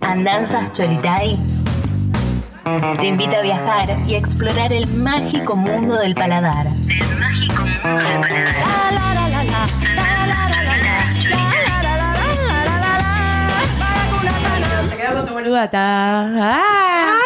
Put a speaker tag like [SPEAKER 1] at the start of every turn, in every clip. [SPEAKER 1] Andanzas Cholitai te invita a viajar y a explorar el mágico mundo del paladar.
[SPEAKER 2] El mágico mundo del paladar.
[SPEAKER 3] Se quedó con tu boludata. Ah.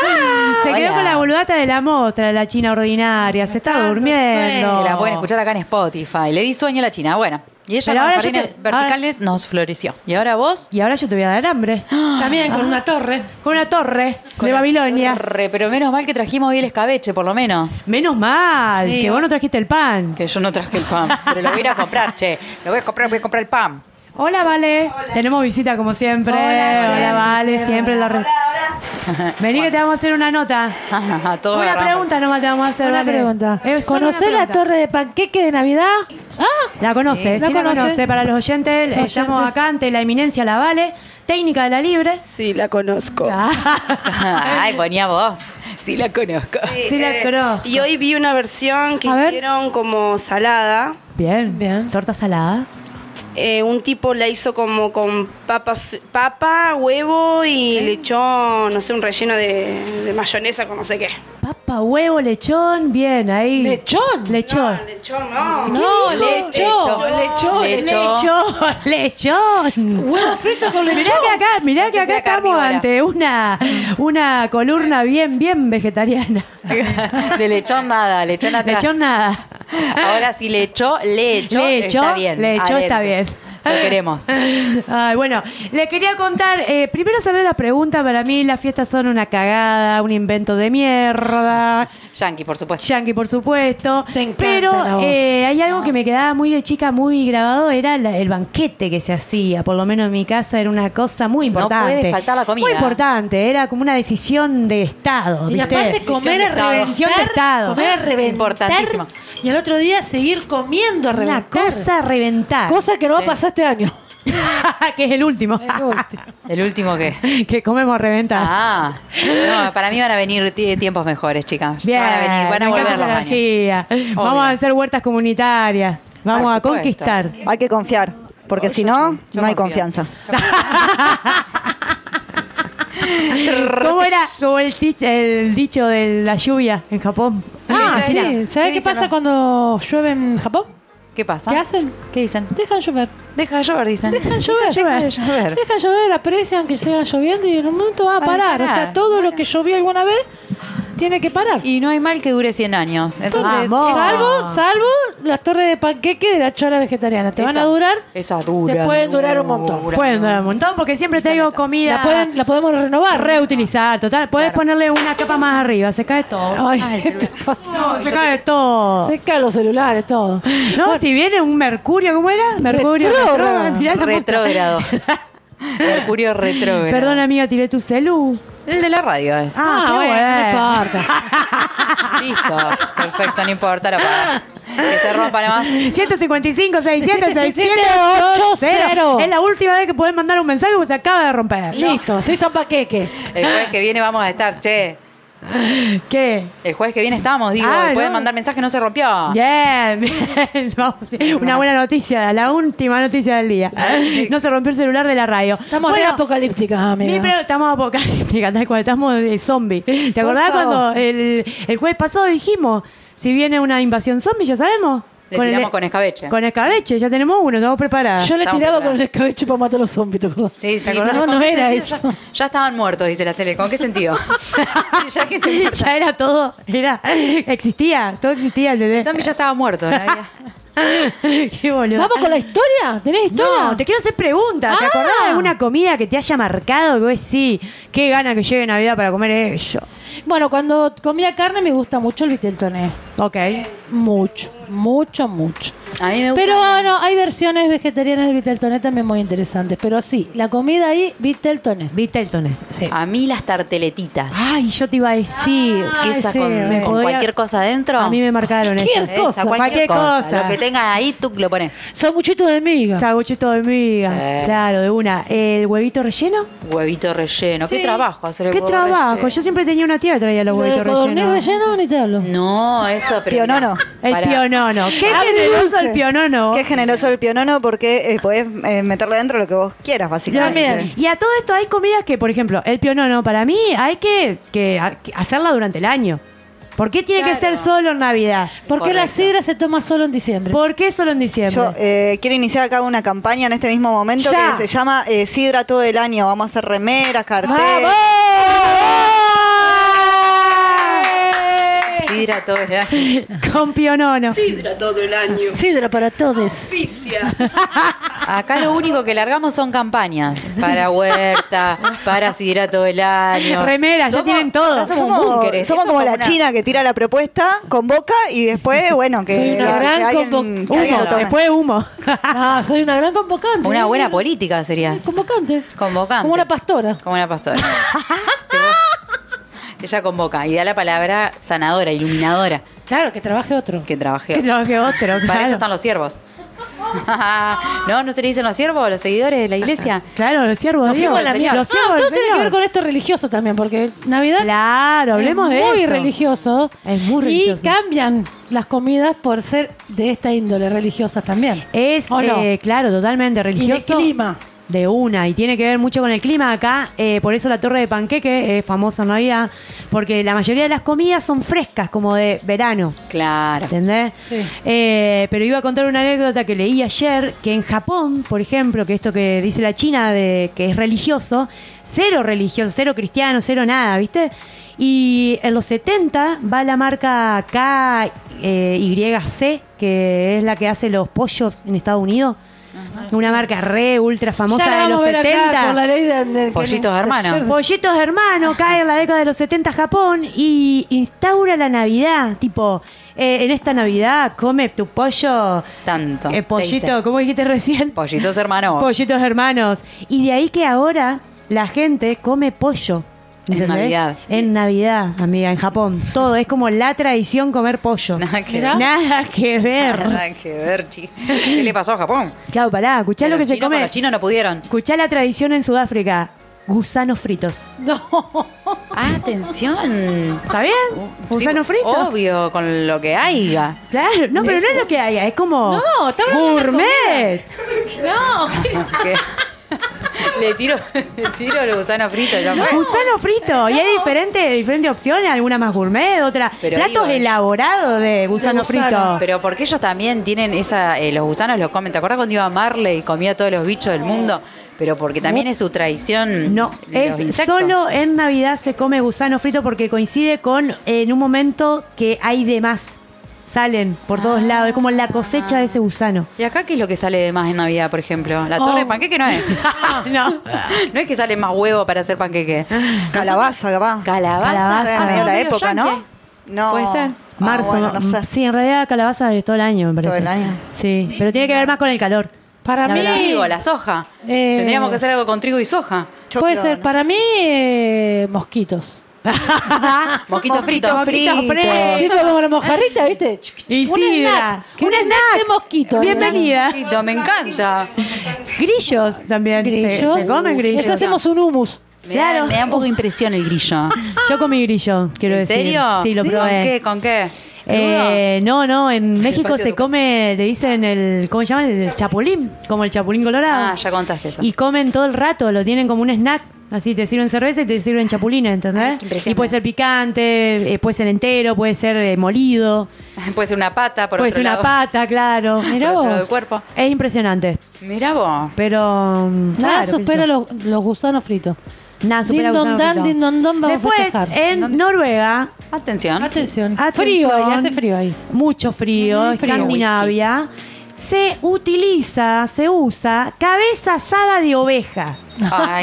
[SPEAKER 3] Se quedó
[SPEAKER 4] Hola.
[SPEAKER 3] con la boludata de la mostra, la china ordinaria. Se está durmiendo.
[SPEAKER 4] Que la pueden escuchar acá en Spotify. Le di sueño a la China. Bueno, y ella
[SPEAKER 3] Pero
[SPEAKER 4] con
[SPEAKER 3] ahora yo
[SPEAKER 4] jardines
[SPEAKER 3] te-
[SPEAKER 4] verticales nos floreció. Y ahora vos.
[SPEAKER 3] Y ahora yo te voy a dar hambre.
[SPEAKER 5] También con una torre.
[SPEAKER 3] Con una torre
[SPEAKER 4] con
[SPEAKER 3] de
[SPEAKER 4] la
[SPEAKER 3] Babilonia.
[SPEAKER 4] torre, pero menos mal que trajimos hoy el escabeche, por lo menos.
[SPEAKER 3] Menos mal,
[SPEAKER 5] Sí.
[SPEAKER 3] que vos no trajiste el pan.
[SPEAKER 4] Que yo no traje el pan. pero lo voy a ir a comprar, che. Lo voy a comprar, voy a comprar el pan.
[SPEAKER 3] Hola, Vale. Tenemos visita como siempre. Hola, Vale. Siempre la re... Vení que te vamos a hacer una nota.
[SPEAKER 4] Ajá, Ah, todo
[SPEAKER 3] una
[SPEAKER 4] agarramos.
[SPEAKER 3] pregunta nomás te vamos a hacer,
[SPEAKER 5] Una
[SPEAKER 3] Vale.
[SPEAKER 5] pregunta.
[SPEAKER 3] Es solo una
[SPEAKER 5] ¿Conocés la
[SPEAKER 3] pregunta.
[SPEAKER 5] torre de panqueque de Navidad? Ah,
[SPEAKER 3] La conoce, sí,
[SPEAKER 5] ¿La
[SPEAKER 3] la conoce.
[SPEAKER 5] conoce?
[SPEAKER 3] Para los oyentes, eh,
[SPEAKER 5] Oyentes.
[SPEAKER 3] estamos acá ante la eminencia La Vale, técnica de la libre.
[SPEAKER 6] Sí, la conozco.
[SPEAKER 3] Ah,
[SPEAKER 4] Ay, ponía vos. Sí la conozco.
[SPEAKER 3] sí, la conozco.
[SPEAKER 6] Eh, Y hoy vi una versión que
[SPEAKER 5] A ver.
[SPEAKER 6] hicieron como salada.
[SPEAKER 3] Bien, bien.
[SPEAKER 5] Bien.
[SPEAKER 3] Torta salada.
[SPEAKER 6] Eh, un tipo la hizo como con papa, f- papa huevo y le echó, no sé, un relleno de, de mayonesa con no sé qué.
[SPEAKER 3] Papa, huevo, lechón, bien, ahí.
[SPEAKER 5] ¿Lechón?
[SPEAKER 3] Lechón.
[SPEAKER 6] No, le echó, no.
[SPEAKER 5] No,
[SPEAKER 4] lecho.
[SPEAKER 5] Lecho,
[SPEAKER 4] Lecho.
[SPEAKER 3] Lechón, lechón.
[SPEAKER 5] Huevo frito con
[SPEAKER 3] Mirá
[SPEAKER 5] lechón.
[SPEAKER 3] que acá, mirá
[SPEAKER 4] No sé
[SPEAKER 3] que acá
[SPEAKER 4] si era
[SPEAKER 3] estamos
[SPEAKER 4] carnívora.
[SPEAKER 3] ante una, una columna bien, bien vegetariana.
[SPEAKER 4] De lechón nada, lechón atrás.
[SPEAKER 3] Lechón nada.
[SPEAKER 4] Ahora sí lechó, lechó,
[SPEAKER 3] Lechó,
[SPEAKER 4] está bien.
[SPEAKER 3] lechó, está
[SPEAKER 4] adentro.
[SPEAKER 3] bien.
[SPEAKER 4] Lo queremos.
[SPEAKER 3] Ay, bueno, les quería contar, eh, primero hacerle la pregunta, para mí las fiestas son una cagada, un invento de mierda.
[SPEAKER 4] Yankee, por supuesto.
[SPEAKER 3] Yankee, por supuesto.
[SPEAKER 5] Te encantan a
[SPEAKER 3] Pero
[SPEAKER 5] vos.
[SPEAKER 3] eh, hay algo que me quedaba muy de chica, muy grabado, era la- el banquete que se hacía. Por lo menos en mi casa era una cosa muy
[SPEAKER 4] No puede
[SPEAKER 3] importante.
[SPEAKER 4] faltar la comida.
[SPEAKER 3] Muy importante, era como una decisión de Estado,
[SPEAKER 5] Y
[SPEAKER 3] ¿viste?
[SPEAKER 5] aparte
[SPEAKER 4] Decisión
[SPEAKER 5] comer
[SPEAKER 4] de
[SPEAKER 5] a
[SPEAKER 4] Estado.
[SPEAKER 3] Decisión de
[SPEAKER 5] reventar,
[SPEAKER 3] Estado.
[SPEAKER 5] comer a reventar.
[SPEAKER 4] Importantísimo.
[SPEAKER 5] Y al otro día seguir comiendo a
[SPEAKER 3] una
[SPEAKER 5] reventar.
[SPEAKER 3] cosa a reventar.
[SPEAKER 5] Cosa que no va
[SPEAKER 4] Sí.
[SPEAKER 5] a pasar este año.
[SPEAKER 3] que es el último.
[SPEAKER 5] Ah,
[SPEAKER 4] El último que.
[SPEAKER 3] que comemos a reventar.
[SPEAKER 4] Ah, no, para mí van a venir ti- tiempos mejores, chicas.
[SPEAKER 3] Bien,
[SPEAKER 4] van a venir, van a
[SPEAKER 3] me
[SPEAKER 4] volver
[SPEAKER 3] encanta
[SPEAKER 4] los
[SPEAKER 3] esa
[SPEAKER 4] años.
[SPEAKER 3] energía.
[SPEAKER 4] Obvio.
[SPEAKER 3] Vamos a hacer huertas comunitarias. Vamos
[SPEAKER 4] Por
[SPEAKER 3] a
[SPEAKER 4] supuesto.
[SPEAKER 3] conquistar.
[SPEAKER 7] Hay que confiar, porque si no,
[SPEAKER 4] yo
[SPEAKER 7] no hay
[SPEAKER 4] confío.
[SPEAKER 7] confianza.
[SPEAKER 3] ¿Cómo era como el, dich- el dicho de la lluvia en Japón? Eh,
[SPEAKER 5] Ah, sí.
[SPEAKER 4] ¿Qué ¿Ah?
[SPEAKER 5] ¿Sabés qué
[SPEAKER 4] dicen
[SPEAKER 5] pasa
[SPEAKER 4] los-
[SPEAKER 5] cuando llueve en Japón?
[SPEAKER 4] ¿Qué pasa?
[SPEAKER 5] ¿Qué hacen?
[SPEAKER 4] ¿Qué dicen?
[SPEAKER 5] Dejan llover.
[SPEAKER 4] Deja de llover, dicen.
[SPEAKER 5] Dejan llover.
[SPEAKER 4] Deja de llover.
[SPEAKER 5] Dejan llover, aprecian que sigan lloviendo y en un momento va a
[SPEAKER 4] Va a
[SPEAKER 5] parar. O
[SPEAKER 4] parar.
[SPEAKER 5] sea, todo lo que llovió alguna vez tiene que parar.
[SPEAKER 4] Y no hay mal que dure 100 años. Entonces,
[SPEAKER 3] Vamos.
[SPEAKER 5] Salvo, salvo las torres de panqueque de la chola vegetariana. Te van a durar.
[SPEAKER 4] Esas duran.
[SPEAKER 5] Te pueden durar un montón.
[SPEAKER 4] duran,
[SPEAKER 3] Pueden
[SPEAKER 4] duran.
[SPEAKER 3] durar un montón porque siempre traigo comida.
[SPEAKER 5] La, pueden, la podemos renovar.
[SPEAKER 3] reutilizar, total. Puedes ponerle una capa más arriba, se cae todo.
[SPEAKER 5] Ay,
[SPEAKER 4] Ah, el
[SPEAKER 5] ¿qué
[SPEAKER 4] celular.
[SPEAKER 5] te pasa?
[SPEAKER 3] No, se cae todo.
[SPEAKER 5] Seca los celulares, todo.
[SPEAKER 3] No, si viene un mercurio, ¿cómo era? Mercurio. retrógrado,
[SPEAKER 5] Retrógrado.
[SPEAKER 3] mirá la puta.
[SPEAKER 4] Retrógrado. Mercurio retrógrado.
[SPEAKER 3] Perdón, amiga, tiré tu celu.
[SPEAKER 4] El de la radio eh. es.
[SPEAKER 3] Ah, qué bueno.
[SPEAKER 5] no importa.
[SPEAKER 4] Listo. Perfecto, no importa. Lo pagas. que se rompa nomás.
[SPEAKER 3] 155 600
[SPEAKER 5] 780.
[SPEAKER 3] Es la última vez que podés mandar un mensaje porque se acaba de romper.
[SPEAKER 5] Listo, se hizo panqueque.
[SPEAKER 4] El jueves que viene vamos a estar, che.
[SPEAKER 3] ¿Qué?
[SPEAKER 4] El jueves que viene estamos, digo.
[SPEAKER 3] Ah,
[SPEAKER 4] y pueden
[SPEAKER 3] no.
[SPEAKER 4] mandar mensaje, no se
[SPEAKER 5] Ah.
[SPEAKER 4] rompió.
[SPEAKER 3] Bien, bien. Vamos, una buena noticia, la última noticia del día. No se rompió el celular de la radio.
[SPEAKER 5] Estamos
[SPEAKER 3] Bueno,
[SPEAKER 5] re apocalípticas,
[SPEAKER 3] Sí,
[SPEAKER 5] amiga.
[SPEAKER 3] pero estamos apocalípticas, tal cual, estamos de zombie. ¿Te
[SPEAKER 5] Por
[SPEAKER 3] acordás
[SPEAKER 5] favor.
[SPEAKER 3] cuando el, el jueves pasado dijimos, si viene una invasión zombie, ya sabemos?
[SPEAKER 4] Le tiramos con escabeche.
[SPEAKER 3] Con escabeche, ya tenemos uno, estamos preparados.
[SPEAKER 5] este. Yo le
[SPEAKER 4] Estamos
[SPEAKER 5] tiraba
[SPEAKER 4] preparadas.
[SPEAKER 5] con el escabeche para matar a los zombies, ¿te acordás?
[SPEAKER 4] Sí, sí.
[SPEAKER 5] ¿Te acordás?
[SPEAKER 4] pero
[SPEAKER 5] No,
[SPEAKER 4] ¿con
[SPEAKER 5] no
[SPEAKER 4] qué
[SPEAKER 5] era
[SPEAKER 4] sentido?
[SPEAKER 5] eso.
[SPEAKER 4] Ya, ya estaban muertos, dice la tele. ¿Con qué sentido? ya que te importa.
[SPEAKER 3] ya era todo, era, existía, todo existía,
[SPEAKER 4] El
[SPEAKER 3] ¿entendés?
[SPEAKER 4] zombie ya estaba muerto. no había-
[SPEAKER 3] Qué boludo.
[SPEAKER 5] ¿Vamos con la historia? ¿Tenés historia?
[SPEAKER 3] No, te quiero hacer preguntas. ¿Te
[SPEAKER 5] Ah.
[SPEAKER 3] acordás de alguna comida que te haya marcado? Que vos sí, qué gana que llegue Navidad para comer eso.
[SPEAKER 5] Bueno, cuando comía carne me gusta mucho el vitel toné.
[SPEAKER 3] Ok.
[SPEAKER 5] Mucho, mucho, mucho.
[SPEAKER 4] A mí me gusta.
[SPEAKER 5] Pero no, hay versiones vegetarianas del vitel toné también muy interesantes. Pero sí, la comida ahí, vitel toné.
[SPEAKER 3] Viteltones.
[SPEAKER 5] Sí.
[SPEAKER 4] A mí las tarteletitas.
[SPEAKER 3] Ay, yo te iba a decir.
[SPEAKER 5] Ay,
[SPEAKER 4] Esa
[SPEAKER 5] sí,
[SPEAKER 4] con,
[SPEAKER 5] me
[SPEAKER 4] con
[SPEAKER 3] podía-
[SPEAKER 4] cualquier cosa adentro.
[SPEAKER 3] A mí me marcaron eso.
[SPEAKER 5] Ah, Cualquier
[SPEAKER 4] Esa,
[SPEAKER 5] cosa,
[SPEAKER 3] cualquier
[SPEAKER 4] cualquier, cosa.
[SPEAKER 3] cosa.
[SPEAKER 4] Lo que tengas ahí, tú lo pones.
[SPEAKER 5] Sanguchito de miga.
[SPEAKER 3] Saguchito de miga.
[SPEAKER 4] Sí.
[SPEAKER 3] Claro, de una. ¿El huevito relleno?
[SPEAKER 4] Huevito relleno. Qué
[SPEAKER 5] Sí.
[SPEAKER 4] trabajo hacer el
[SPEAKER 3] ¿Qué
[SPEAKER 4] huevo
[SPEAKER 3] trabajo?
[SPEAKER 4] relleno.
[SPEAKER 3] Yo siempre tenía una tía que traía los
[SPEAKER 5] Lo de
[SPEAKER 3] huevitos
[SPEAKER 5] codorniz
[SPEAKER 3] rellenos.
[SPEAKER 5] relleno ni te hablo.
[SPEAKER 4] No, eso, pero.
[SPEAKER 7] Pionono.
[SPEAKER 4] mira,
[SPEAKER 3] El
[SPEAKER 4] para-
[SPEAKER 3] pionono. Qué
[SPEAKER 5] Agridulce.
[SPEAKER 3] generoso el pionono.
[SPEAKER 7] Qué generoso el pionono porque eh, podés eh, meterle dentro lo que vos quieras, básicamente.
[SPEAKER 5] También.
[SPEAKER 3] Y a todo esto hay comidas que, por ejemplo, el pionono, para mí hay que, que ha- que hacerla durante el año. ¿Por qué tiene que ser
[SPEAKER 4] Claro.
[SPEAKER 3] solo en Navidad?
[SPEAKER 5] ¿Por qué la
[SPEAKER 4] Correcto.
[SPEAKER 5] sidra se toma solo en diciembre?
[SPEAKER 3] ¿Por qué solo en diciembre?
[SPEAKER 7] Yo eh, quiero iniciar acá una campaña en este mismo momento
[SPEAKER 3] Ya.
[SPEAKER 7] que se llama eh, Sidra todo el año. Vamos a hacer remeras, carteles.
[SPEAKER 5] eh.
[SPEAKER 3] ¡Vamos!
[SPEAKER 4] Sidra todo el año.
[SPEAKER 3] Con pionono.
[SPEAKER 6] Sidra todo el año.
[SPEAKER 5] Sidra para todos.
[SPEAKER 6] Oficia.
[SPEAKER 4] Acá lo único que largamos son campañas. Para huerta, para sidra todo el año.
[SPEAKER 3] Remeras, ya tienen todo.
[SPEAKER 4] ya somos
[SPEAKER 7] Somos,
[SPEAKER 4] búnkeres.
[SPEAKER 7] somos
[SPEAKER 4] Eso
[SPEAKER 7] como
[SPEAKER 4] es
[SPEAKER 7] la
[SPEAKER 4] una-
[SPEAKER 7] China que tira la propuesta, convoca y después, bueno, que,
[SPEAKER 5] Soy una
[SPEAKER 7] que
[SPEAKER 5] gran
[SPEAKER 7] alguien-
[SPEAKER 5] convo-
[SPEAKER 7] que alguien
[SPEAKER 4] Humo,
[SPEAKER 7] lo tome.
[SPEAKER 3] Después humo.
[SPEAKER 5] Ah, soy una gran convocante.
[SPEAKER 4] Una buena
[SPEAKER 5] Mira,
[SPEAKER 4] política sería.
[SPEAKER 5] Convocante.
[SPEAKER 4] Convocante.
[SPEAKER 5] Como una pastora.
[SPEAKER 4] Como una pastora. Sí, vos- Ella convoca y da la palabra sanadora, iluminadora,
[SPEAKER 5] Claro, que trabaje otro.
[SPEAKER 4] que trabajé.
[SPEAKER 3] Que trabaje otro.
[SPEAKER 4] Para eso
[SPEAKER 3] Claro.
[SPEAKER 4] están los siervos. no, no se le dicen los siervos, los seguidores de la iglesia.
[SPEAKER 3] Claro, los siervos de
[SPEAKER 4] Nos
[SPEAKER 3] Dios.
[SPEAKER 4] fuimos a la mierda.
[SPEAKER 3] Los
[SPEAKER 5] No,
[SPEAKER 3] siervos
[SPEAKER 5] todo
[SPEAKER 3] del
[SPEAKER 5] tiene que ver
[SPEAKER 3] Señor.
[SPEAKER 5] con esto religioso también, porque Navidad
[SPEAKER 3] Claro, hablemos
[SPEAKER 5] es
[SPEAKER 3] de
[SPEAKER 5] muy
[SPEAKER 3] eso.
[SPEAKER 5] religioso.
[SPEAKER 3] Es muy religioso.
[SPEAKER 5] Y cambian las comidas por ser de esta índole religiosa también.
[SPEAKER 3] Es,
[SPEAKER 5] ¿O no?
[SPEAKER 3] eh, claro, totalmente religioso.
[SPEAKER 5] clima.
[SPEAKER 3] De una, y tiene que ver mucho con el clima acá. eh, por eso la torre de panqueque es famosa en Navidad, porque la mayoría de las comidas son frescas, como de verano.
[SPEAKER 4] Claro.
[SPEAKER 3] ¿Entendés?
[SPEAKER 5] Sí.
[SPEAKER 3] Eh, pero iba a contar una anécdota que leí ayer, que en Japón, por ejemplo, que esto que dice la China de que es religioso, cero religioso, cero cristiano, cero nada, ¿viste? Y en los 70 va la marca KYC, que es la que hace los pollos en Estados Unidos. Una marca re ultra famosa
[SPEAKER 5] Ya la
[SPEAKER 3] de los
[SPEAKER 5] vamos a ver acá
[SPEAKER 3] 70.
[SPEAKER 5] con la ley de- de-
[SPEAKER 4] Pollitos
[SPEAKER 5] que-
[SPEAKER 4] hermanos.
[SPEAKER 3] Pollitos hermano cae en la década de los 70 Japón y instaura la Navidad. Tipo, eh, en esta Navidad come tu pollo.
[SPEAKER 4] Tanto,
[SPEAKER 3] eh,
[SPEAKER 4] te dice.
[SPEAKER 3] pollito, como dijiste recién.
[SPEAKER 4] Pollitos hermanos.
[SPEAKER 3] Pollitos hermanos. Y de ahí que ahora la gente come pollo.
[SPEAKER 4] En Navidad.
[SPEAKER 3] En Navidad, amiga, en Japón. Todo es como la tradición comer pollo.
[SPEAKER 4] Nada que
[SPEAKER 5] Mirá.
[SPEAKER 4] ver.
[SPEAKER 3] Nada que ver.
[SPEAKER 4] Nada que ver, chi. ¿Qué le pasó a Japón?
[SPEAKER 3] Claro, pará, escuchá lo
[SPEAKER 4] Los
[SPEAKER 3] que se
[SPEAKER 4] chinos con
[SPEAKER 3] come.
[SPEAKER 4] los chinos no pudieron.
[SPEAKER 3] Escuchá la tradición en Sudáfrica. Gusanos fritos.
[SPEAKER 5] No.
[SPEAKER 4] Ah, atención.
[SPEAKER 3] ¿Está bien? Gusanos
[SPEAKER 4] Uh, Sí, oh,
[SPEAKER 3] fritos.
[SPEAKER 4] Obvio, con lo que haya.
[SPEAKER 3] Claro, no, pero no es lo que haya, es como
[SPEAKER 5] No, está hablando de
[SPEAKER 3] gourmet.
[SPEAKER 5] No.
[SPEAKER 4] Que- le tiro, le tiro el gusano frito, ya fue.
[SPEAKER 3] Gusano frito. Y hay diferentes diferentes opciones, algunas más gourmet, otras
[SPEAKER 4] Pero
[SPEAKER 3] platos
[SPEAKER 4] digo, es-
[SPEAKER 3] elaborados de gusano,
[SPEAKER 5] gusano.
[SPEAKER 3] frito.
[SPEAKER 4] Pero porque ellos también tienen esa, eh, los gusanos los comen. ¿Te acuerdas cuando iba Marley y comía todos los bichos del mundo? Pero porque también es su tradición.
[SPEAKER 3] No,
[SPEAKER 4] los
[SPEAKER 3] es
[SPEAKER 4] insectos.
[SPEAKER 3] solo en Navidad se come gusano frito porque coincide con eh, en un momento que hay de más. Salen por todos lados, es como la cosecha de ese gusano.
[SPEAKER 4] ¿Y acá qué es lo que sale de más en Navidad, por ejemplo? La torre de
[SPEAKER 5] Oh.
[SPEAKER 4] panqueque no es.
[SPEAKER 3] no.
[SPEAKER 4] No es que sale más huevo para hacer panqueque.
[SPEAKER 7] Calabaza, capaz.
[SPEAKER 4] Calabaza.
[SPEAKER 3] Ah. Calabaza.
[SPEAKER 4] Ah,
[SPEAKER 7] Calabaza.
[SPEAKER 4] son
[SPEAKER 7] la
[SPEAKER 4] medio
[SPEAKER 7] época, ¿no?
[SPEAKER 4] yanquis.
[SPEAKER 7] No.
[SPEAKER 4] Puede ser.
[SPEAKER 7] Ah,
[SPEAKER 3] Marzo, mm,
[SPEAKER 7] bueno, no sé.
[SPEAKER 3] sí, en realidad calabaza de todo el año, me
[SPEAKER 7] Todo
[SPEAKER 3] parece.
[SPEAKER 7] el año.
[SPEAKER 3] Sí, pero tiene que ver más con el calor.
[SPEAKER 5] Para
[SPEAKER 3] La
[SPEAKER 5] mí.
[SPEAKER 3] verdad.
[SPEAKER 4] Trigo, la soja.
[SPEAKER 5] Eh.
[SPEAKER 4] Tendríamos que hacer algo con trigo y soja.
[SPEAKER 5] Puede
[SPEAKER 7] Choclo,
[SPEAKER 5] ser,
[SPEAKER 7] no
[SPEAKER 5] para mí, eh, mosquitos.
[SPEAKER 4] Mosquito frito.
[SPEAKER 3] Mosquito
[SPEAKER 7] frito.
[SPEAKER 3] fresco.
[SPEAKER 5] Tipo Ah. como la mojarrita, ¿viste?
[SPEAKER 3] Y
[SPEAKER 5] Un
[SPEAKER 3] sidra.
[SPEAKER 5] snack. Un snack de mosquito.
[SPEAKER 3] Bienvenida.
[SPEAKER 4] Mosquito, me encanta.
[SPEAKER 3] Grillos también. se-
[SPEAKER 5] Grillos.
[SPEAKER 3] Se, comen
[SPEAKER 5] Eso
[SPEAKER 3] grillos.
[SPEAKER 5] hacemos un humus.
[SPEAKER 4] Me da-
[SPEAKER 3] Claro.
[SPEAKER 4] me da un poco de impresión el grillo.
[SPEAKER 3] Yo comí grillo, quiero
[SPEAKER 4] ¿En
[SPEAKER 3] decir.
[SPEAKER 4] serio?
[SPEAKER 3] Sí, lo
[SPEAKER 4] ¿Con
[SPEAKER 3] probé.
[SPEAKER 4] qué? ¿Con qué?
[SPEAKER 3] Eh, no, no, en México
[SPEAKER 4] patio
[SPEAKER 3] se
[SPEAKER 4] de-
[SPEAKER 3] come, le dicen el, ¿cómo se llama? El chapulín, como el chapulín colorado.
[SPEAKER 4] Ah, ya contaste eso.
[SPEAKER 3] Y comen todo el rato, lo tienen como un snack. Así te sirven cerveza y te sirven chapulines,
[SPEAKER 4] Ay,
[SPEAKER 3] ¿entendés?
[SPEAKER 4] qué impresionante.
[SPEAKER 3] y puede ser picante, eh, puede ser entero, puede ser eh, molido,
[SPEAKER 4] Puede ser una pata, por
[SPEAKER 3] puede
[SPEAKER 4] otro
[SPEAKER 3] ser una
[SPEAKER 4] lado.
[SPEAKER 3] pata, claro.
[SPEAKER 4] por
[SPEAKER 5] Mirá
[SPEAKER 4] otro
[SPEAKER 5] vos.
[SPEAKER 4] lado del cuerpo.
[SPEAKER 3] Es impresionante,
[SPEAKER 4] Mirá vos.
[SPEAKER 3] pero... mm,
[SPEAKER 5] Nada
[SPEAKER 3] claro, qué sé
[SPEAKER 5] supera
[SPEAKER 3] yo.
[SPEAKER 5] los, los gusanos fritos.
[SPEAKER 3] Nada, supera
[SPEAKER 5] Din don
[SPEAKER 3] gusano
[SPEAKER 5] dan,
[SPEAKER 3] frito.
[SPEAKER 5] din don don, vamos a
[SPEAKER 3] Después,
[SPEAKER 5] festejar.
[SPEAKER 3] en Noruega,
[SPEAKER 4] Atención.
[SPEAKER 5] Atención.
[SPEAKER 3] atención,
[SPEAKER 5] Frío ¿eh? ahí, hace frío ahí.
[SPEAKER 3] Mucho frío,
[SPEAKER 4] Mm, frío.
[SPEAKER 3] Escandinavia. Se utiliza, se usa cabeza asada de oveja.
[SPEAKER 4] Ay,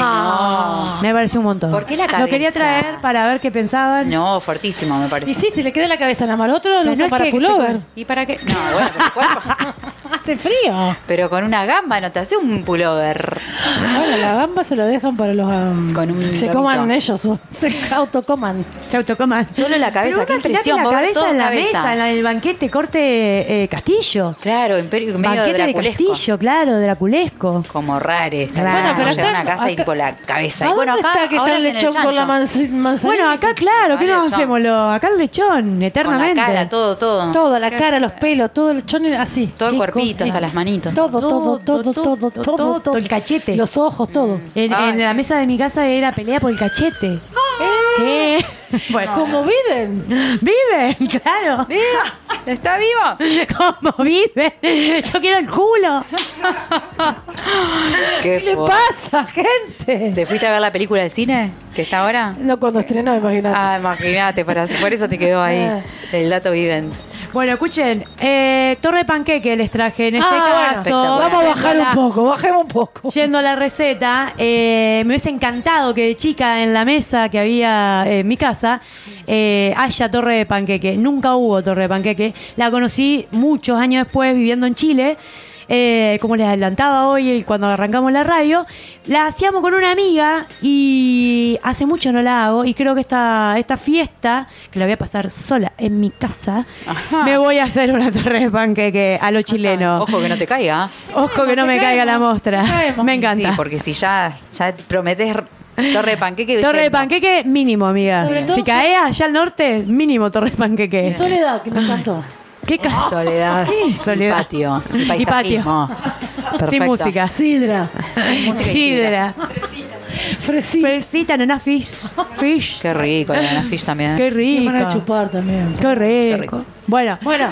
[SPEAKER 4] no.
[SPEAKER 3] Me pareció un montón.
[SPEAKER 4] Ah. ¿Por qué la
[SPEAKER 3] Lo quería
[SPEAKER 4] cabeza?
[SPEAKER 3] traer para ver qué pensaban.
[SPEAKER 4] No, fuertísimo, me
[SPEAKER 5] Y
[SPEAKER 4] parece.
[SPEAKER 5] sí, si le queda la cabeza en la mano, otro lo
[SPEAKER 3] Pero
[SPEAKER 5] usa
[SPEAKER 3] no es
[SPEAKER 5] para
[SPEAKER 3] que-
[SPEAKER 5] pullover.
[SPEAKER 4] ¿Y para qué? No, bueno, pero el cuerpo.
[SPEAKER 5] Hace frío.
[SPEAKER 4] Pero con una gamba no te hace un pullover.
[SPEAKER 5] Bueno, la gamba se lo dejan para los. am,
[SPEAKER 4] Con un
[SPEAKER 5] se
[SPEAKER 4] lomito.
[SPEAKER 5] coman ellos, uh, se autocoman.
[SPEAKER 3] Se autocoman.
[SPEAKER 4] Solo la
[SPEAKER 3] Pero
[SPEAKER 4] cabeza,
[SPEAKER 3] vos imaginate
[SPEAKER 4] qué impresión,
[SPEAKER 3] La
[SPEAKER 4] va a haber
[SPEAKER 3] cabeza
[SPEAKER 4] todo
[SPEAKER 3] en la
[SPEAKER 4] cabeza.
[SPEAKER 3] mesa, en la del banquete corte eh, Castillo.
[SPEAKER 4] Claro, imperio medio
[SPEAKER 3] banquete de
[SPEAKER 4] draculesco.
[SPEAKER 3] Castillo, claro, draculesco.
[SPEAKER 4] Como rare está
[SPEAKER 3] Raro.
[SPEAKER 4] bueno,
[SPEAKER 3] Bueno, pero
[SPEAKER 4] pero
[SPEAKER 5] acá-
[SPEAKER 4] una casa y
[SPEAKER 5] acá-
[SPEAKER 4] tipo la cabeza.
[SPEAKER 5] ¿A
[SPEAKER 4] Y bueno,
[SPEAKER 5] dónde
[SPEAKER 4] acá
[SPEAKER 5] está que
[SPEAKER 4] ahora
[SPEAKER 5] está el
[SPEAKER 4] es en
[SPEAKER 5] lechón con la
[SPEAKER 4] chancho.
[SPEAKER 5] manz- manzanilla?
[SPEAKER 3] Bueno, acá, claro, ¿qué
[SPEAKER 4] Acá
[SPEAKER 3] no
[SPEAKER 4] lechón.
[SPEAKER 3] hacemos? lo- Acá el lechón,
[SPEAKER 4] Con
[SPEAKER 3] eternamente.
[SPEAKER 4] la cara, todo, todo.
[SPEAKER 5] Todo, la
[SPEAKER 4] Qué-
[SPEAKER 5] cara, los pelos, todo el lechón así.
[SPEAKER 4] Todo el
[SPEAKER 5] Qué
[SPEAKER 4] cuerpito,
[SPEAKER 5] cosa.
[SPEAKER 4] hasta las manitos.
[SPEAKER 5] Todo, todo,
[SPEAKER 3] Todo,
[SPEAKER 5] todo,
[SPEAKER 3] todo,
[SPEAKER 5] todo, todo,
[SPEAKER 3] todo, todo el cachete.
[SPEAKER 5] Los ojos,
[SPEAKER 4] Mm.
[SPEAKER 5] todo. Eh,
[SPEAKER 3] En,
[SPEAKER 4] Ay,
[SPEAKER 3] en la
[SPEAKER 4] sí.
[SPEAKER 3] mesa de mi casa era pelea por el cachete. ¿Qué? Bueno,
[SPEAKER 5] Como viven.
[SPEAKER 3] viven, claro.
[SPEAKER 4] ¡Viva! ¿Está vivo?
[SPEAKER 3] ¿Cómo viven? Yo quiero el culo.
[SPEAKER 4] ¿Qué
[SPEAKER 5] ¿Qué le
[SPEAKER 4] fue?
[SPEAKER 5] pasa, gente?
[SPEAKER 4] ¿Te fuiste a ver la película del cine que está ahora?
[SPEAKER 5] No cuando estrenó, imagínate.
[SPEAKER 4] Ah, imagínate, para- por eso te quedó ahí
[SPEAKER 5] Ah.
[SPEAKER 4] el dato viven.
[SPEAKER 3] Bueno, escuchen, eh, torre de panqueque les traje en este
[SPEAKER 5] Ah,
[SPEAKER 3] caso.
[SPEAKER 4] bueno.
[SPEAKER 5] Vamos a
[SPEAKER 4] Bueno,
[SPEAKER 5] bajar un poco, bajemos un poco.
[SPEAKER 3] Yendo a la receta, eh, me hubiese encantado que de chica en la mesa que había en mi casa eh, haya torre de panqueque. Nunca hubo torre de panqueque. La conocí muchos años después viviendo en Chile. Eh, como les adelantaba hoy el- cuando arrancamos la radio, la hacíamos con una amiga y hace mucho no la hago y creo que esta, esta fiesta, que la voy a pasar sola en mi casa,
[SPEAKER 4] Ajá.
[SPEAKER 3] me voy a hacer una torre de panqueque a lo chileno.
[SPEAKER 4] Ojo que no te caiga.
[SPEAKER 3] Ojo que no
[SPEAKER 5] Te
[SPEAKER 3] Oh. me caiga la
[SPEAKER 5] caemos, te
[SPEAKER 3] mostra.
[SPEAKER 5] caemos.
[SPEAKER 3] Me encanta.
[SPEAKER 4] Sí, porque si ya, ya prometes torre de panqueque.
[SPEAKER 3] Torre de
[SPEAKER 4] yendo.
[SPEAKER 3] panqueque mínimo, amiga.
[SPEAKER 5] Sobre todo
[SPEAKER 3] si
[SPEAKER 5] si-
[SPEAKER 3] caes allá al norte, mínimo torre de
[SPEAKER 5] Y
[SPEAKER 3] panqueque.
[SPEAKER 5] Soledad, que me encantó.
[SPEAKER 3] Qué ca-
[SPEAKER 4] Soledad.
[SPEAKER 3] ¿Qué soledad?
[SPEAKER 4] Y patio. Y
[SPEAKER 3] Y
[SPEAKER 4] paisajismo. Perfecto.
[SPEAKER 3] Sin música.
[SPEAKER 5] Sidra,
[SPEAKER 4] Sin música y
[SPEAKER 3] Sidra.
[SPEAKER 4] sidra.
[SPEAKER 5] fresita.
[SPEAKER 3] Fresita, nana fish. Fish.
[SPEAKER 4] Qué rico, la nana fish también.
[SPEAKER 3] Qué
[SPEAKER 5] Y
[SPEAKER 3] rico.
[SPEAKER 5] van a chupar también.
[SPEAKER 3] Qué
[SPEAKER 4] Qué
[SPEAKER 3] rico.
[SPEAKER 4] rico.
[SPEAKER 3] Bueno.
[SPEAKER 5] Bueno,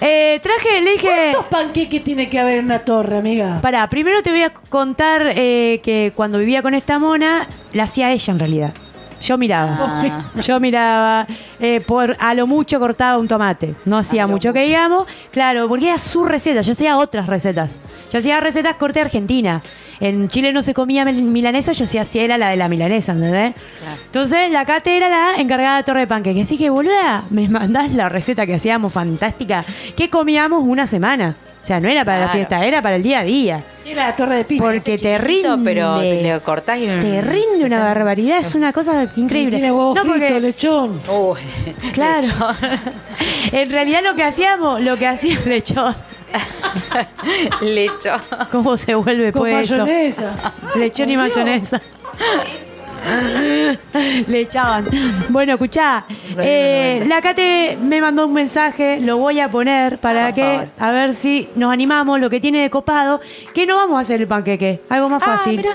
[SPEAKER 3] eh, traje, le dije...
[SPEAKER 5] ¿cuántos panqueques tiene que haber en una torre, amiga?
[SPEAKER 3] Pará, primero te voy a contar eh, que cuando vivía con esta mona, la hacía ella en realidad. Yo miraba.
[SPEAKER 4] Ah.
[SPEAKER 3] Yo miraba. eh, por, a lo mucho cortaba un tomate. No hacía
[SPEAKER 4] A lo
[SPEAKER 3] mucho, que
[SPEAKER 4] mucho.
[SPEAKER 3] digamos. Claro, porque era su receta. Yo hacía otras recetas. Yo hacía recetas corte argentina. En Chile no se comía mil- milanesa, yo sí hacía era la de la milanesa, ¿entendés?
[SPEAKER 4] Claro.
[SPEAKER 3] Entonces, la Cate era la encargada de torre de panqueque. Así que, boluda, me mandás la receta que hacíamos fantástica, que comíamos una semana. O sea, no era para la
[SPEAKER 4] Claro.
[SPEAKER 3] fiesta, era para el día a día.
[SPEAKER 5] Era la torre de pizza.
[SPEAKER 3] Porque te
[SPEAKER 4] chiquitito,
[SPEAKER 3] rinde.
[SPEAKER 4] pero te lo cortás y-
[SPEAKER 3] Te rinde una
[SPEAKER 4] se-
[SPEAKER 3] barbaridad, es una cosa increíble.
[SPEAKER 5] Tiene huevo
[SPEAKER 3] No,
[SPEAKER 5] frito,
[SPEAKER 3] porque-
[SPEAKER 5] lechón.
[SPEAKER 4] Uy,
[SPEAKER 3] Claro.
[SPEAKER 4] lechón.
[SPEAKER 3] En realidad lo que hacíamos, lo que hacía el lechón,
[SPEAKER 4] Lechón.
[SPEAKER 3] cómo se vuelve
[SPEAKER 5] Con
[SPEAKER 3] pues eso.
[SPEAKER 5] mayonesa.
[SPEAKER 3] Lechón y
[SPEAKER 5] Por Dios.
[SPEAKER 3] mayonesa. Le echaban. Bueno, escuchá. eh, la Cate me mandó un mensaje, lo voy a poner para
[SPEAKER 4] Por
[SPEAKER 3] que,
[SPEAKER 4] favor.
[SPEAKER 3] a ver si nos animamos, lo que tiene de copado, que no vamos a hacer el panqueque, algo más
[SPEAKER 4] Ah,
[SPEAKER 3] fácil.
[SPEAKER 4] mira,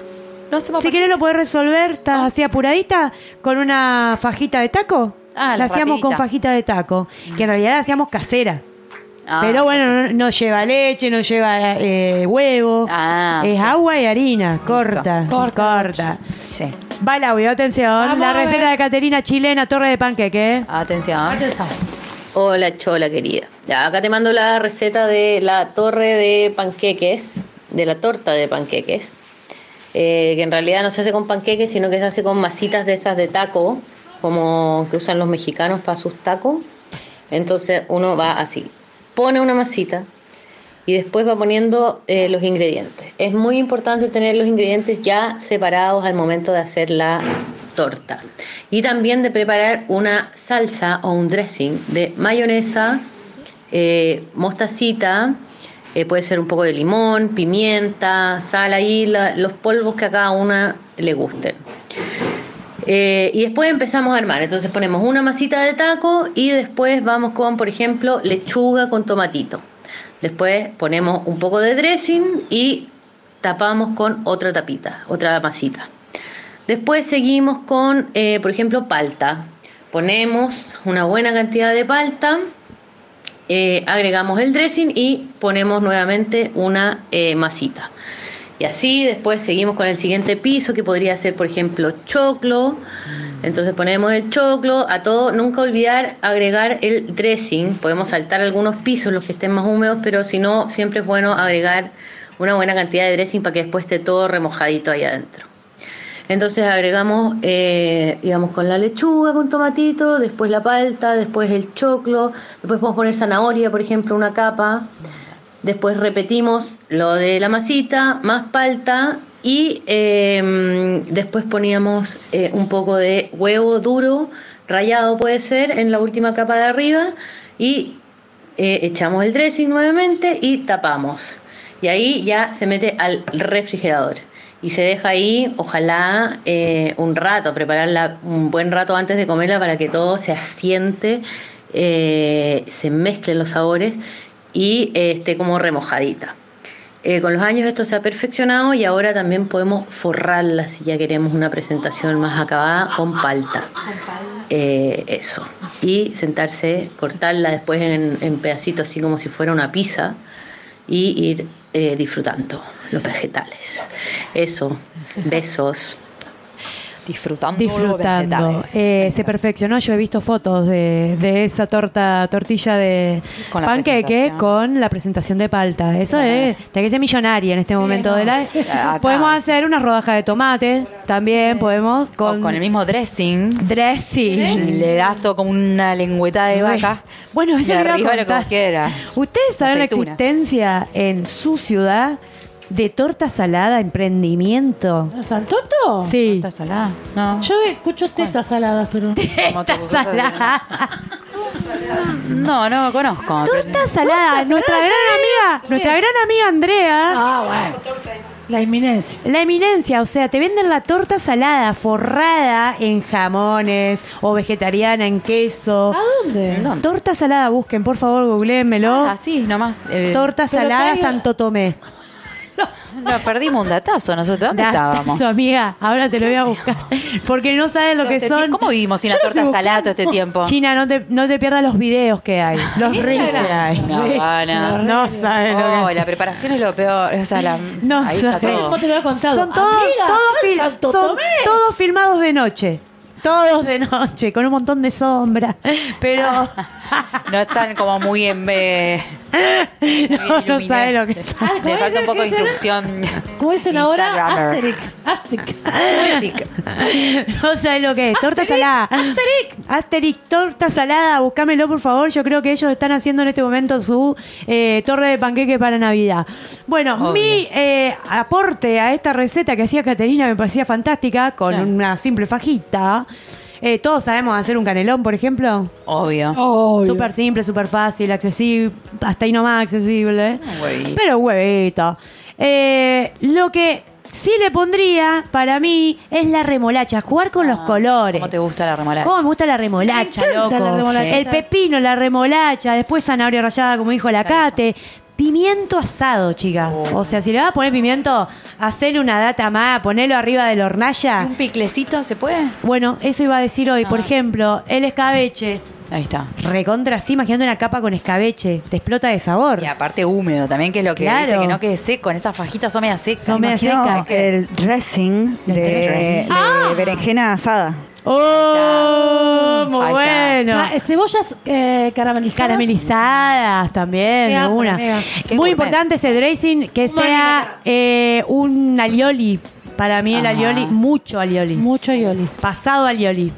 [SPEAKER 4] no hacemos
[SPEAKER 3] Si
[SPEAKER 4] panqueque.
[SPEAKER 3] querés lo podés resolver, estás así apuradita, con una fajita de taco.
[SPEAKER 4] Ah,
[SPEAKER 3] la
[SPEAKER 4] la
[SPEAKER 3] hacíamos
[SPEAKER 4] rapidita.
[SPEAKER 3] con fajita de taco, que en realidad la hacíamos casera.
[SPEAKER 4] Ah,
[SPEAKER 3] Pero bueno, no, no lleva leche, no lleva eh, huevo.
[SPEAKER 4] Ah,
[SPEAKER 3] es
[SPEAKER 4] ok.
[SPEAKER 3] agua y harina, corta, corta.
[SPEAKER 5] Corta.
[SPEAKER 4] Sí.
[SPEAKER 3] Va el audio, atención.
[SPEAKER 5] Vamos
[SPEAKER 3] la
[SPEAKER 5] a ver.
[SPEAKER 3] receta de Caterina Chilena, torre de panqueque.
[SPEAKER 4] Ah,
[SPEAKER 3] ¿eh?
[SPEAKER 4] Atención.
[SPEAKER 8] Hola Chola querida. Ya, acá te mando la receta de la torre de panqueques, de la torta de panqueques, eh, que en realidad no se hace con panqueques, sino que se hace con masitas de esas de taco, como que usan los mexicanos para sus tacos. Entonces uno va así, pone una masita y después va poniendo eh, los ingredientes. Es muy importante tener los ingredientes ya separados al momento de hacer la torta. Y también de preparar una salsa o un dressing de mayonesa, eh, mostacita, eh, puede ser un poco de limón, pimienta, sal ahí, la- los polvos que a cada una le gusten. Eh, y después empezamos a armar. Entonces ponemos una masita de taco y después vamos con, por ejemplo, lechuga con tomatito. Después ponemos un poco de dressing y tapamos con otra tapita, otra masita. Después seguimos con, eh, por ejemplo, palta. Ponemos una buena cantidad de palta, eh, agregamos el dressing y ponemos nuevamente una eh, masita. Y así después seguimos con el siguiente piso que podría ser, por ejemplo, choclo. Entonces ponemos el choclo, a todo, nunca olvidar agregar el dressing. Podemos saltar algunos pisos, los que estén más húmedos, pero si no, siempre es bueno agregar una buena cantidad de dressing para que después esté todo remojadito ahí adentro. Entonces agregamos, eh, digamos, con la lechuga, con tomatito, después la palta, después el choclo, después podemos poner zanahoria, por ejemplo, una capa, Después repetimos lo de la masita, más palta y eh, después poníamos eh, un poco de huevo duro, rallado puede ser, en la última capa de arriba y eh, echamos el dressing nuevamente y tapamos. Y ahí ya se mete al refrigerador y se deja ahí, ojalá, eh, un rato, prepararla un buen rato antes de comerla para que todo se asiente, eh, se mezclen los sabores y eh, esté como remojadita. Eh, con los años esto se ha perfeccionado y ahora también podemos forrarla si ya queremos una presentación más acabada con palta. Eh, eso. Y sentarse, cortarla después en, en pedacitos así como si fuera una pizza y ir eh, disfrutando los vegetales. Eso. Besos.
[SPEAKER 4] Disfrutando. los
[SPEAKER 3] Disfrutando.
[SPEAKER 4] vegetales.
[SPEAKER 3] Eh, se perfeccionó. Yo he visto fotos de, de esa torta, tortilla de
[SPEAKER 4] Con la
[SPEAKER 3] panqueque
[SPEAKER 4] presentación.
[SPEAKER 3] con la presentación de palta. Eso es, tenés que ser millonaria en este momento
[SPEAKER 5] no,
[SPEAKER 3] de la.
[SPEAKER 4] acá.
[SPEAKER 3] Podemos hacer una rodaja de tomate, también podemos
[SPEAKER 4] O
[SPEAKER 3] con,
[SPEAKER 4] con el mismo dressing.
[SPEAKER 3] dressing.
[SPEAKER 4] Le das todo como una lengüeta de vaca.
[SPEAKER 3] Bueno, eso
[SPEAKER 4] y
[SPEAKER 3] le iba a
[SPEAKER 4] arriba lo que
[SPEAKER 3] contar.
[SPEAKER 4] vos quieras.
[SPEAKER 3] ¿Ustedes saben la
[SPEAKER 4] Aceituna.
[SPEAKER 3] existencia en su ciudad de torta salada, emprendimiento?
[SPEAKER 5] ¿Santoto?
[SPEAKER 3] Sí.
[SPEAKER 4] ¿Está salada? No.
[SPEAKER 5] Yo escucho tetas saladas, pero.
[SPEAKER 4] como tu
[SPEAKER 3] Torta
[SPEAKER 4] cosa de-
[SPEAKER 3] salada.
[SPEAKER 4] No, no conozco.
[SPEAKER 3] Torta salada. Nuestra gran amiga, nuestra gran amiga Andrea,
[SPEAKER 5] Ah, bueno. La inminencia.
[SPEAKER 3] la eminencia, o sea, te venden la torta salada forrada en jamones o vegetariana en queso.
[SPEAKER 4] Ah,
[SPEAKER 5] ¿A dónde?
[SPEAKER 4] No.
[SPEAKER 3] Torta salada, busquen, por favor, googléenmelo.
[SPEAKER 4] Así, nomás. el-
[SPEAKER 3] Torta
[SPEAKER 5] Pero
[SPEAKER 3] salada
[SPEAKER 5] que hay-
[SPEAKER 3] Santo Tomé.
[SPEAKER 4] No, perdimos un datazo nosotros. ¿Dónde
[SPEAKER 3] Datazo,
[SPEAKER 4] estábamos?
[SPEAKER 3] amiga, ahora te lo voy a buscar. Porque no sabes lo que
[SPEAKER 4] Este
[SPEAKER 3] son.
[SPEAKER 4] ti- ¿Cómo vivimos sin la
[SPEAKER 3] Yo lo
[SPEAKER 4] torta
[SPEAKER 3] estoy
[SPEAKER 4] salada todo este
[SPEAKER 3] buscando.
[SPEAKER 4] tiempo?
[SPEAKER 3] China, no te, no te pierdas los videos que hay, los reels que hay.
[SPEAKER 4] No, no.
[SPEAKER 3] No sabes lo que
[SPEAKER 4] Oh,
[SPEAKER 3] es.
[SPEAKER 4] la preparación es lo peor. O sea, la,
[SPEAKER 3] No
[SPEAKER 4] ahí está
[SPEAKER 3] sabes.
[SPEAKER 4] todo.
[SPEAKER 5] ¿Cómo te lo había contado?
[SPEAKER 3] Son todos,
[SPEAKER 5] Amiga,
[SPEAKER 3] todos
[SPEAKER 5] en
[SPEAKER 3] fil-
[SPEAKER 5] Santo
[SPEAKER 3] son
[SPEAKER 5] Tomé.
[SPEAKER 3] todos filmados de noche. Todos de noche, con un montón de sombra. Pero
[SPEAKER 4] No están como muy en. eh,
[SPEAKER 3] no, no
[SPEAKER 4] iluminados.
[SPEAKER 3] sabes lo que es.
[SPEAKER 5] Ah, ¿cómo
[SPEAKER 4] Le falta
[SPEAKER 5] dicen
[SPEAKER 4] un poco de
[SPEAKER 5] que será?
[SPEAKER 4] instrucción.
[SPEAKER 5] ¿Cómo dicen ahora?
[SPEAKER 4] Instagrammer.
[SPEAKER 5] Asterix. Asterix.
[SPEAKER 3] No sabes lo que es. Torta salada. Asterix. Asterix, torta salada. Búscamelo, por favor. Yo creo que ellos están haciendo en este momento su eh, torre de panqueque para Navidad. Bueno,
[SPEAKER 4] Obvio.
[SPEAKER 3] mi eh, aporte a esta receta que hacía Caterina me parecía fantástica, con
[SPEAKER 4] Sí.
[SPEAKER 3] una simple fajita. Eh, Todos sabemos hacer un canelón, por ejemplo.
[SPEAKER 4] Obvio.
[SPEAKER 5] Obvio.
[SPEAKER 3] Súper simple, súper fácil, accesible, hasta ahí nomás accesible.
[SPEAKER 4] Un Ah, huevito.
[SPEAKER 3] Pero un huevito. Eh, lo que sí le pondría para mí es la remolacha, jugar con los colores.
[SPEAKER 4] Ah, ¿Cómo te gusta la remolacha?
[SPEAKER 3] ¿Cómo me gusta la remolacha,
[SPEAKER 5] Me
[SPEAKER 3] loco?
[SPEAKER 5] encanta la remolacha.
[SPEAKER 3] El pepino, la remolacha, después zanahoria rallada, como dijo la Cate. Pimiento asado, chica.
[SPEAKER 4] Oh.
[SPEAKER 3] O sea, si le vas a poner pimiento, hacerle una data más, ponelo arriba de la hornalla.
[SPEAKER 4] ¿Un Ah. piclecito se puede?
[SPEAKER 3] Bueno, eso iba a decir hoy. Por ejemplo, el escabeche.
[SPEAKER 4] Ahí está.
[SPEAKER 3] Recontra, sí, imaginando una capa con escabeche. Te explota de sabor.
[SPEAKER 4] Y aparte húmedo también, que es lo que
[SPEAKER 3] Claro.
[SPEAKER 4] viste, que no quede seco. En esas fajitas son medias secas.
[SPEAKER 3] Son medias
[SPEAKER 4] Imagino
[SPEAKER 3] secas.
[SPEAKER 4] que-
[SPEAKER 7] el dressing Ah. de,
[SPEAKER 3] El dressing.
[SPEAKER 7] de berenjena asada.
[SPEAKER 3] ¡Oh! Muy
[SPEAKER 4] Ahí
[SPEAKER 3] bueno.
[SPEAKER 5] Ah, eh, cebollas eh, caramelizadas.
[SPEAKER 3] Caramelizadas también,
[SPEAKER 5] Qué hambre,
[SPEAKER 3] una.
[SPEAKER 5] amiga.
[SPEAKER 4] Qué
[SPEAKER 3] Muy
[SPEAKER 4] gourmet.
[SPEAKER 3] importante ese dressing que
[SPEAKER 5] Humano.
[SPEAKER 3] sea eh, un alioli. Para mí el
[SPEAKER 4] Ajá.
[SPEAKER 3] alioli, mucho alioli.
[SPEAKER 5] Mucho yoli.
[SPEAKER 3] Pasado alioli.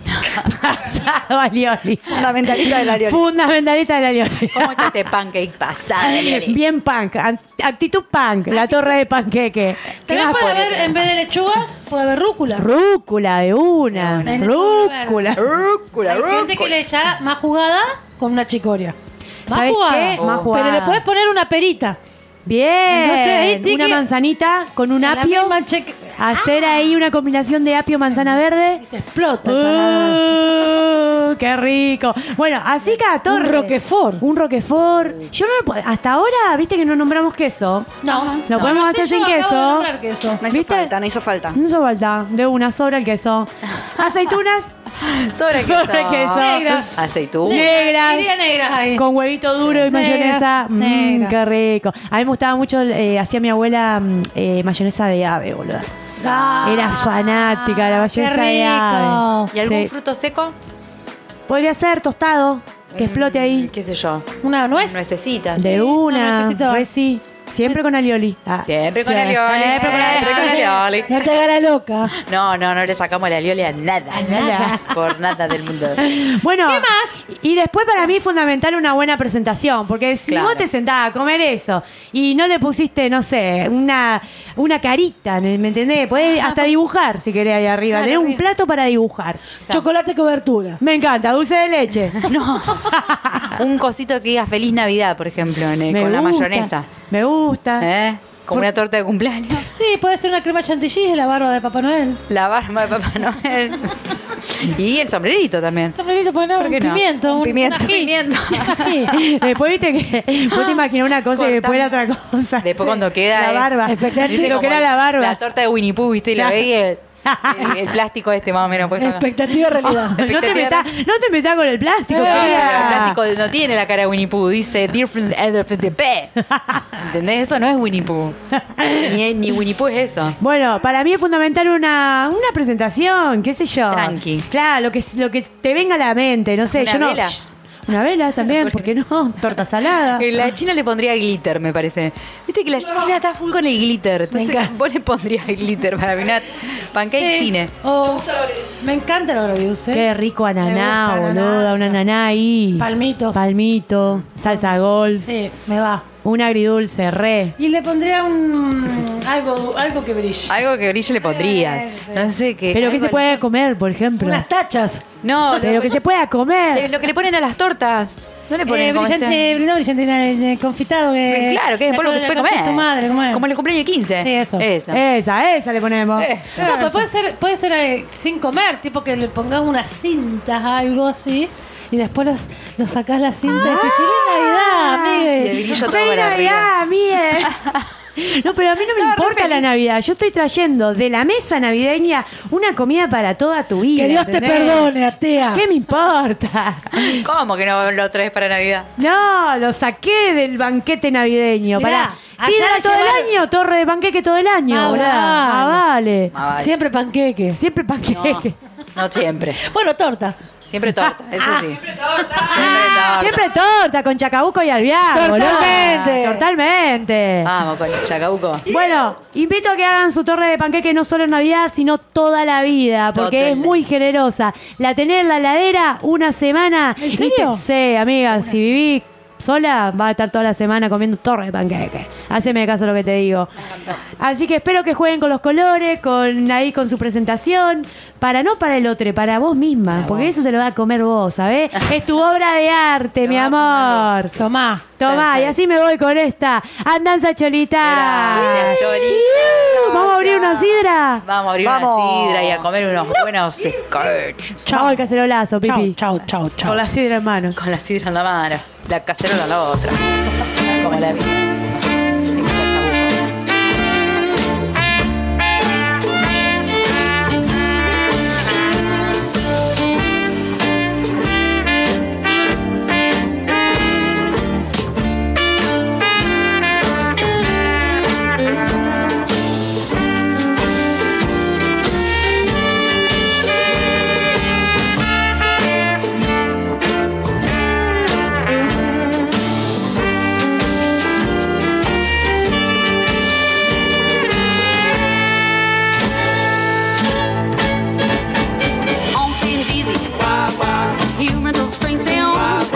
[SPEAKER 3] Pasado alioli.
[SPEAKER 7] Fundamentalista del alioli.
[SPEAKER 3] Fundamentalista del alioli.
[SPEAKER 4] ¿Cómo está este pancake pasada? Leli?
[SPEAKER 3] Bien punk, act- actitud punk, la torre de panqueque.
[SPEAKER 4] ¿Qué
[SPEAKER 5] También
[SPEAKER 4] más
[SPEAKER 5] puede
[SPEAKER 4] puede
[SPEAKER 5] haber,
[SPEAKER 4] tener?
[SPEAKER 5] en vez de lechugas, puede haber rúcula.
[SPEAKER 3] Rúcula de una,
[SPEAKER 5] De una.
[SPEAKER 3] rúcula.
[SPEAKER 4] Rúcula,
[SPEAKER 5] Hay gente que
[SPEAKER 4] rúcula.
[SPEAKER 5] le echa más jugada con una chicoria. Más
[SPEAKER 3] ¿Sabes
[SPEAKER 5] jugada.
[SPEAKER 3] qué? Más jugada.
[SPEAKER 5] Pero le puedes poner una perita. Entonces, ahí
[SPEAKER 3] Bien,
[SPEAKER 5] tiene
[SPEAKER 3] una
[SPEAKER 5] que-
[SPEAKER 3] manzanita con un
[SPEAKER 5] La
[SPEAKER 3] apio.
[SPEAKER 5] misma Ah. cheque-
[SPEAKER 3] Hacer ahí una combinación de apio manzana verde.
[SPEAKER 5] Te explota. el
[SPEAKER 3] Uh, ¡Qué rico! Bueno, así cada torre.
[SPEAKER 5] Un roquefort.
[SPEAKER 3] Un roquefort. Yo no lo puedo- Hasta ahora, viste que no nombramos queso.
[SPEAKER 5] No,
[SPEAKER 3] Lo podemos hacer sin queso.
[SPEAKER 7] No hizo
[SPEAKER 3] ¿Viste?
[SPEAKER 7] falta, no hizo falta.
[SPEAKER 3] No hizo falta. De una sobra el queso. Aceitunas
[SPEAKER 4] Sobre
[SPEAKER 3] Sobre queso. Negras.
[SPEAKER 4] Aceitún.
[SPEAKER 3] negras.
[SPEAKER 5] Negras. negras Uh. ahí.
[SPEAKER 3] Con huevito duro y
[SPEAKER 5] Negra,
[SPEAKER 3] mayonesa. Mm,
[SPEAKER 5] negra.
[SPEAKER 3] qué rico. A mí me gustaba mucho, eh, hacía mi abuela mm, eh, mayonesa de ave, boludo. Era fanática de la
[SPEAKER 5] qué
[SPEAKER 3] mayonesa de
[SPEAKER 5] rico.
[SPEAKER 3] ave.
[SPEAKER 4] ¿Y algún
[SPEAKER 3] Sí.
[SPEAKER 4] fruto seco?
[SPEAKER 3] Podría ser tostado, que explote
[SPEAKER 4] Mm,
[SPEAKER 3] ahí. Pues,
[SPEAKER 4] ¿Qué sé yo?
[SPEAKER 5] Una nuez.
[SPEAKER 4] Nuecesitas.
[SPEAKER 3] De
[SPEAKER 5] Sí,
[SPEAKER 3] una,
[SPEAKER 5] no, necesito.
[SPEAKER 3] re sí. Siempre con alioli. Ah.
[SPEAKER 4] Siempre con
[SPEAKER 3] Sí.
[SPEAKER 4] alioli.
[SPEAKER 3] Siempre con
[SPEAKER 4] Siempre con alioli.
[SPEAKER 5] No te hagas la loca.
[SPEAKER 4] No, no, no le sacamos la alioli a nada.
[SPEAKER 3] nada.
[SPEAKER 4] Por nada del mundo.
[SPEAKER 3] Bueno, ¿qué más? Y después para mí es fundamental una buena presentación, porque si
[SPEAKER 4] Claro.
[SPEAKER 3] vos te sentás a comer eso y no le pusiste, no sé, una, una carita, ¿me entendés? Podés hasta dibujar si querés ahí arriba,
[SPEAKER 4] Claro,
[SPEAKER 3] tener un
[SPEAKER 4] arriba.
[SPEAKER 3] plato para dibujar.
[SPEAKER 5] Chocolate cobertura.
[SPEAKER 3] Me encanta, dulce de leche.
[SPEAKER 4] No. Un cosito que diga feliz Navidad, por ejemplo, en- con
[SPEAKER 3] Ah. Me gusta,
[SPEAKER 4] la
[SPEAKER 3] Ah.
[SPEAKER 4] mayonesa.
[SPEAKER 3] Me gusta.
[SPEAKER 4] ¿Eh? Como una torta de cumpleaños.
[SPEAKER 5] Sí, puede ser una crema chantilly y la barba de Papá Noel.
[SPEAKER 4] La barba de Papá Noel. y el sombrerito también.
[SPEAKER 5] Sombrerito, pues no,
[SPEAKER 4] ¿Por
[SPEAKER 5] un
[SPEAKER 4] qué no?
[SPEAKER 5] pimiento. Un
[SPEAKER 7] pimiento.
[SPEAKER 5] un ají.
[SPEAKER 4] Pimiento.
[SPEAKER 5] Un ají.
[SPEAKER 3] Después viste que vos te imaginás una cosa y después la otra cosa.
[SPEAKER 4] Después cuando queda.
[SPEAKER 3] La
[SPEAKER 4] eh,
[SPEAKER 3] barba.
[SPEAKER 5] Espectacular.
[SPEAKER 4] ¿viste
[SPEAKER 3] Lo que
[SPEAKER 4] como
[SPEAKER 3] era la barba.
[SPEAKER 4] La torta de Winnie Pooh, ¿viste? Y la
[SPEAKER 3] Claro.
[SPEAKER 4] veía el, el plástico este más o menos puesto. acá.
[SPEAKER 5] Expectativa realidad.
[SPEAKER 3] no te
[SPEAKER 4] Expectativa-
[SPEAKER 3] metas no te metás con el plástico.
[SPEAKER 4] No, no,
[SPEAKER 3] querida.
[SPEAKER 4] el plástico no tiene la cara de Winnie Pooh, dice Different ¿Entendés? Eso no es Winnie Pooh. Ni, ni Winnie Pooh es eso.
[SPEAKER 3] Bueno, para mí es fundamental una, una presentación, qué sé yo.
[SPEAKER 4] Tranqui.
[SPEAKER 3] Claro, lo que, lo que te venga a la mente, no sé.
[SPEAKER 4] Una
[SPEAKER 3] yo no,
[SPEAKER 4] vela.
[SPEAKER 3] Una vela también, ¿por qué no? Torta salada.
[SPEAKER 4] Eh, La china le pondría glitter, me parece. Viste que la china está full con el glitter. Entonces vos le pondrías glitter para mí. una Pancake
[SPEAKER 5] Sí.
[SPEAKER 4] chine.
[SPEAKER 5] O- me encanta el agrodulce.
[SPEAKER 3] Qué rico ananá,
[SPEAKER 5] Me gusta
[SPEAKER 3] boluda,
[SPEAKER 5] ananá.
[SPEAKER 3] un ananá ahí.
[SPEAKER 5] Palmitos.
[SPEAKER 3] Palmito, salsa golf,
[SPEAKER 5] Sí, me va.
[SPEAKER 3] un agridulce, re.
[SPEAKER 5] Y le pondría un algo, algo que brille.
[SPEAKER 4] Algo que brille le pondría. No sé qué.
[SPEAKER 3] Pero que
[SPEAKER 4] algo
[SPEAKER 3] se
[SPEAKER 4] le-
[SPEAKER 3] puede comer, por ejemplo.
[SPEAKER 5] Unas tachas.
[SPEAKER 4] No, lo
[SPEAKER 3] Pero que se pueda
[SPEAKER 4] le-
[SPEAKER 3] comer.
[SPEAKER 4] Lo que le ponen a las tortas. No le ponen
[SPEAKER 5] Eh,
[SPEAKER 4] como sea.
[SPEAKER 5] brillante, no brillantina, eh, confitado. Que,
[SPEAKER 4] Eh, Claro, que después lo que se puede
[SPEAKER 5] la concha
[SPEAKER 4] comer.
[SPEAKER 5] de Su madre, ¿cómo es?
[SPEAKER 4] Como el cumpleaños de 15.
[SPEAKER 5] Sí, eso.
[SPEAKER 4] Esa.
[SPEAKER 3] Esa, esa le ponemos.
[SPEAKER 4] Eh.
[SPEAKER 5] No, pues puede ser, puede ser eh, sin comer, tipo que le pongas unas cintas, algo así, y después los, los sacás las cintas y decís, ¡Feliz
[SPEAKER 3] Ah,
[SPEAKER 5] Navidad, amigues!
[SPEAKER 4] Y el brillo todo
[SPEAKER 3] Eh, ¡Feliz
[SPEAKER 4] para
[SPEAKER 3] Navidad, mire! No, pero a mí no me
[SPEAKER 4] Estaba re
[SPEAKER 3] importa la
[SPEAKER 4] feliz.
[SPEAKER 3] Navidad. Yo estoy trayendo de la mesa navideña una comida para toda tu vida.
[SPEAKER 5] Que Dios
[SPEAKER 3] ¿entendés?
[SPEAKER 5] te perdone, atea.
[SPEAKER 3] ¿Qué me importa?
[SPEAKER 4] ¿Cómo que no lo traes para Navidad?
[SPEAKER 3] No, lo saqué del banquete navideño.
[SPEAKER 5] Mirá,
[SPEAKER 3] Pará. Sí,
[SPEAKER 5] allá
[SPEAKER 3] era
[SPEAKER 5] la
[SPEAKER 3] todo el
[SPEAKER 5] llevaron-
[SPEAKER 3] año, torre de panqueque todo el año.
[SPEAKER 5] Ah,
[SPEAKER 3] boluda.
[SPEAKER 5] vale.
[SPEAKER 3] Ah, vale.
[SPEAKER 4] Ah, vale.
[SPEAKER 5] Siempre panqueque.
[SPEAKER 3] Siempre panqueque.
[SPEAKER 4] No siempre.
[SPEAKER 5] Bueno, torta.
[SPEAKER 4] Siempre torta, eso sí. Siempre torta. Siempre torta.
[SPEAKER 3] Siempre torta con chacabuco y alvear. boluda.
[SPEAKER 5] Totalmente.
[SPEAKER 3] Totalmente.
[SPEAKER 4] Vamos con el chacabuco.
[SPEAKER 3] Bueno, invito a que hagan su torre de panqueque no solo en Navidad, sino toda la vida, porque
[SPEAKER 4] Total.
[SPEAKER 3] es muy generosa. La tenés en la heladera una semana
[SPEAKER 5] ¿En
[SPEAKER 3] y
[SPEAKER 5] serio?
[SPEAKER 3] te- sí, amiga, si vivís sola, va a estar toda la semana comiendo torre de panqueque. Haceme caso a lo que te digo. Así que espero que jueguen con los colores, con ahí con su presentación, para no para el otro, para vos misma, porque eso te lo va a comer vos, ¿sabés? Es tu obra de arte, mi
[SPEAKER 4] va a comer
[SPEAKER 3] amor.
[SPEAKER 5] Tomá.
[SPEAKER 3] Tomá, y así me voy con esta andanza cholita.
[SPEAKER 4] Gracias, Choli.
[SPEAKER 3] Iu, Vamos a abrir una sidra.
[SPEAKER 4] Vamos a abrir
[SPEAKER 7] Vamos.
[SPEAKER 4] una sidra y a comer unos buenos scotch.
[SPEAKER 3] Vamos al cacerolazo,
[SPEAKER 5] Chau,
[SPEAKER 3] Pipi.
[SPEAKER 5] chau, chau, chau.
[SPEAKER 3] Con la sidra en mano.
[SPEAKER 4] Con la sidra en la mano, la cacerola en la otra. Como la vida. Me gusta el chacabuco.
[SPEAKER 9] on thin dizzy. Hearing those strange sounds.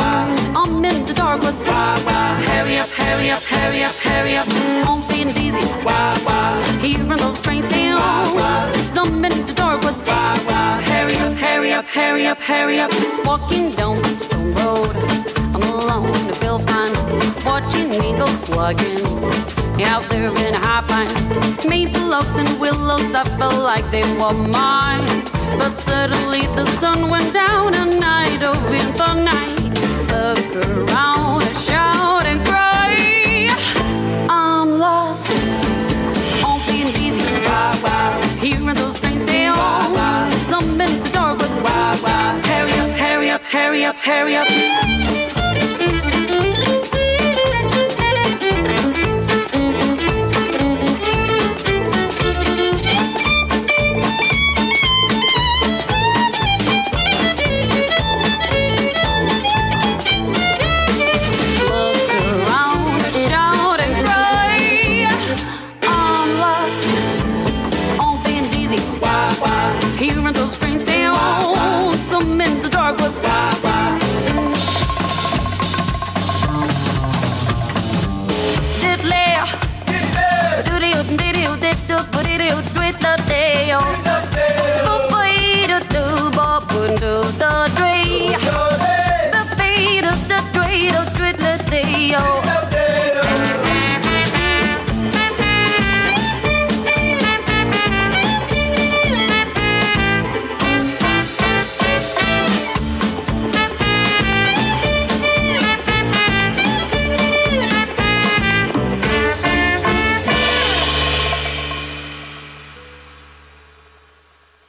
[SPEAKER 9] I'm in the dark woods. Hurry up, hurry up, hurry up, hurry up. On thin dizzy. Hearing those strange sounds. I'm in the dark woods. Hurry up, hurry up, hurry up, hurry up. Walking down the stone road. I'm alone to feel fine. Watching eagles flying. Out there in high pines, maple oaks and willows, I felt like they were mine. But suddenly the sun went down and I dove in the night. Look around and shout and cry. I'm lost on being dizzy. Hearing those strange sounds. Some in the dark, but hurry up, hurry up, hurry up, hurry up. Look around, shout and cry. day, yo.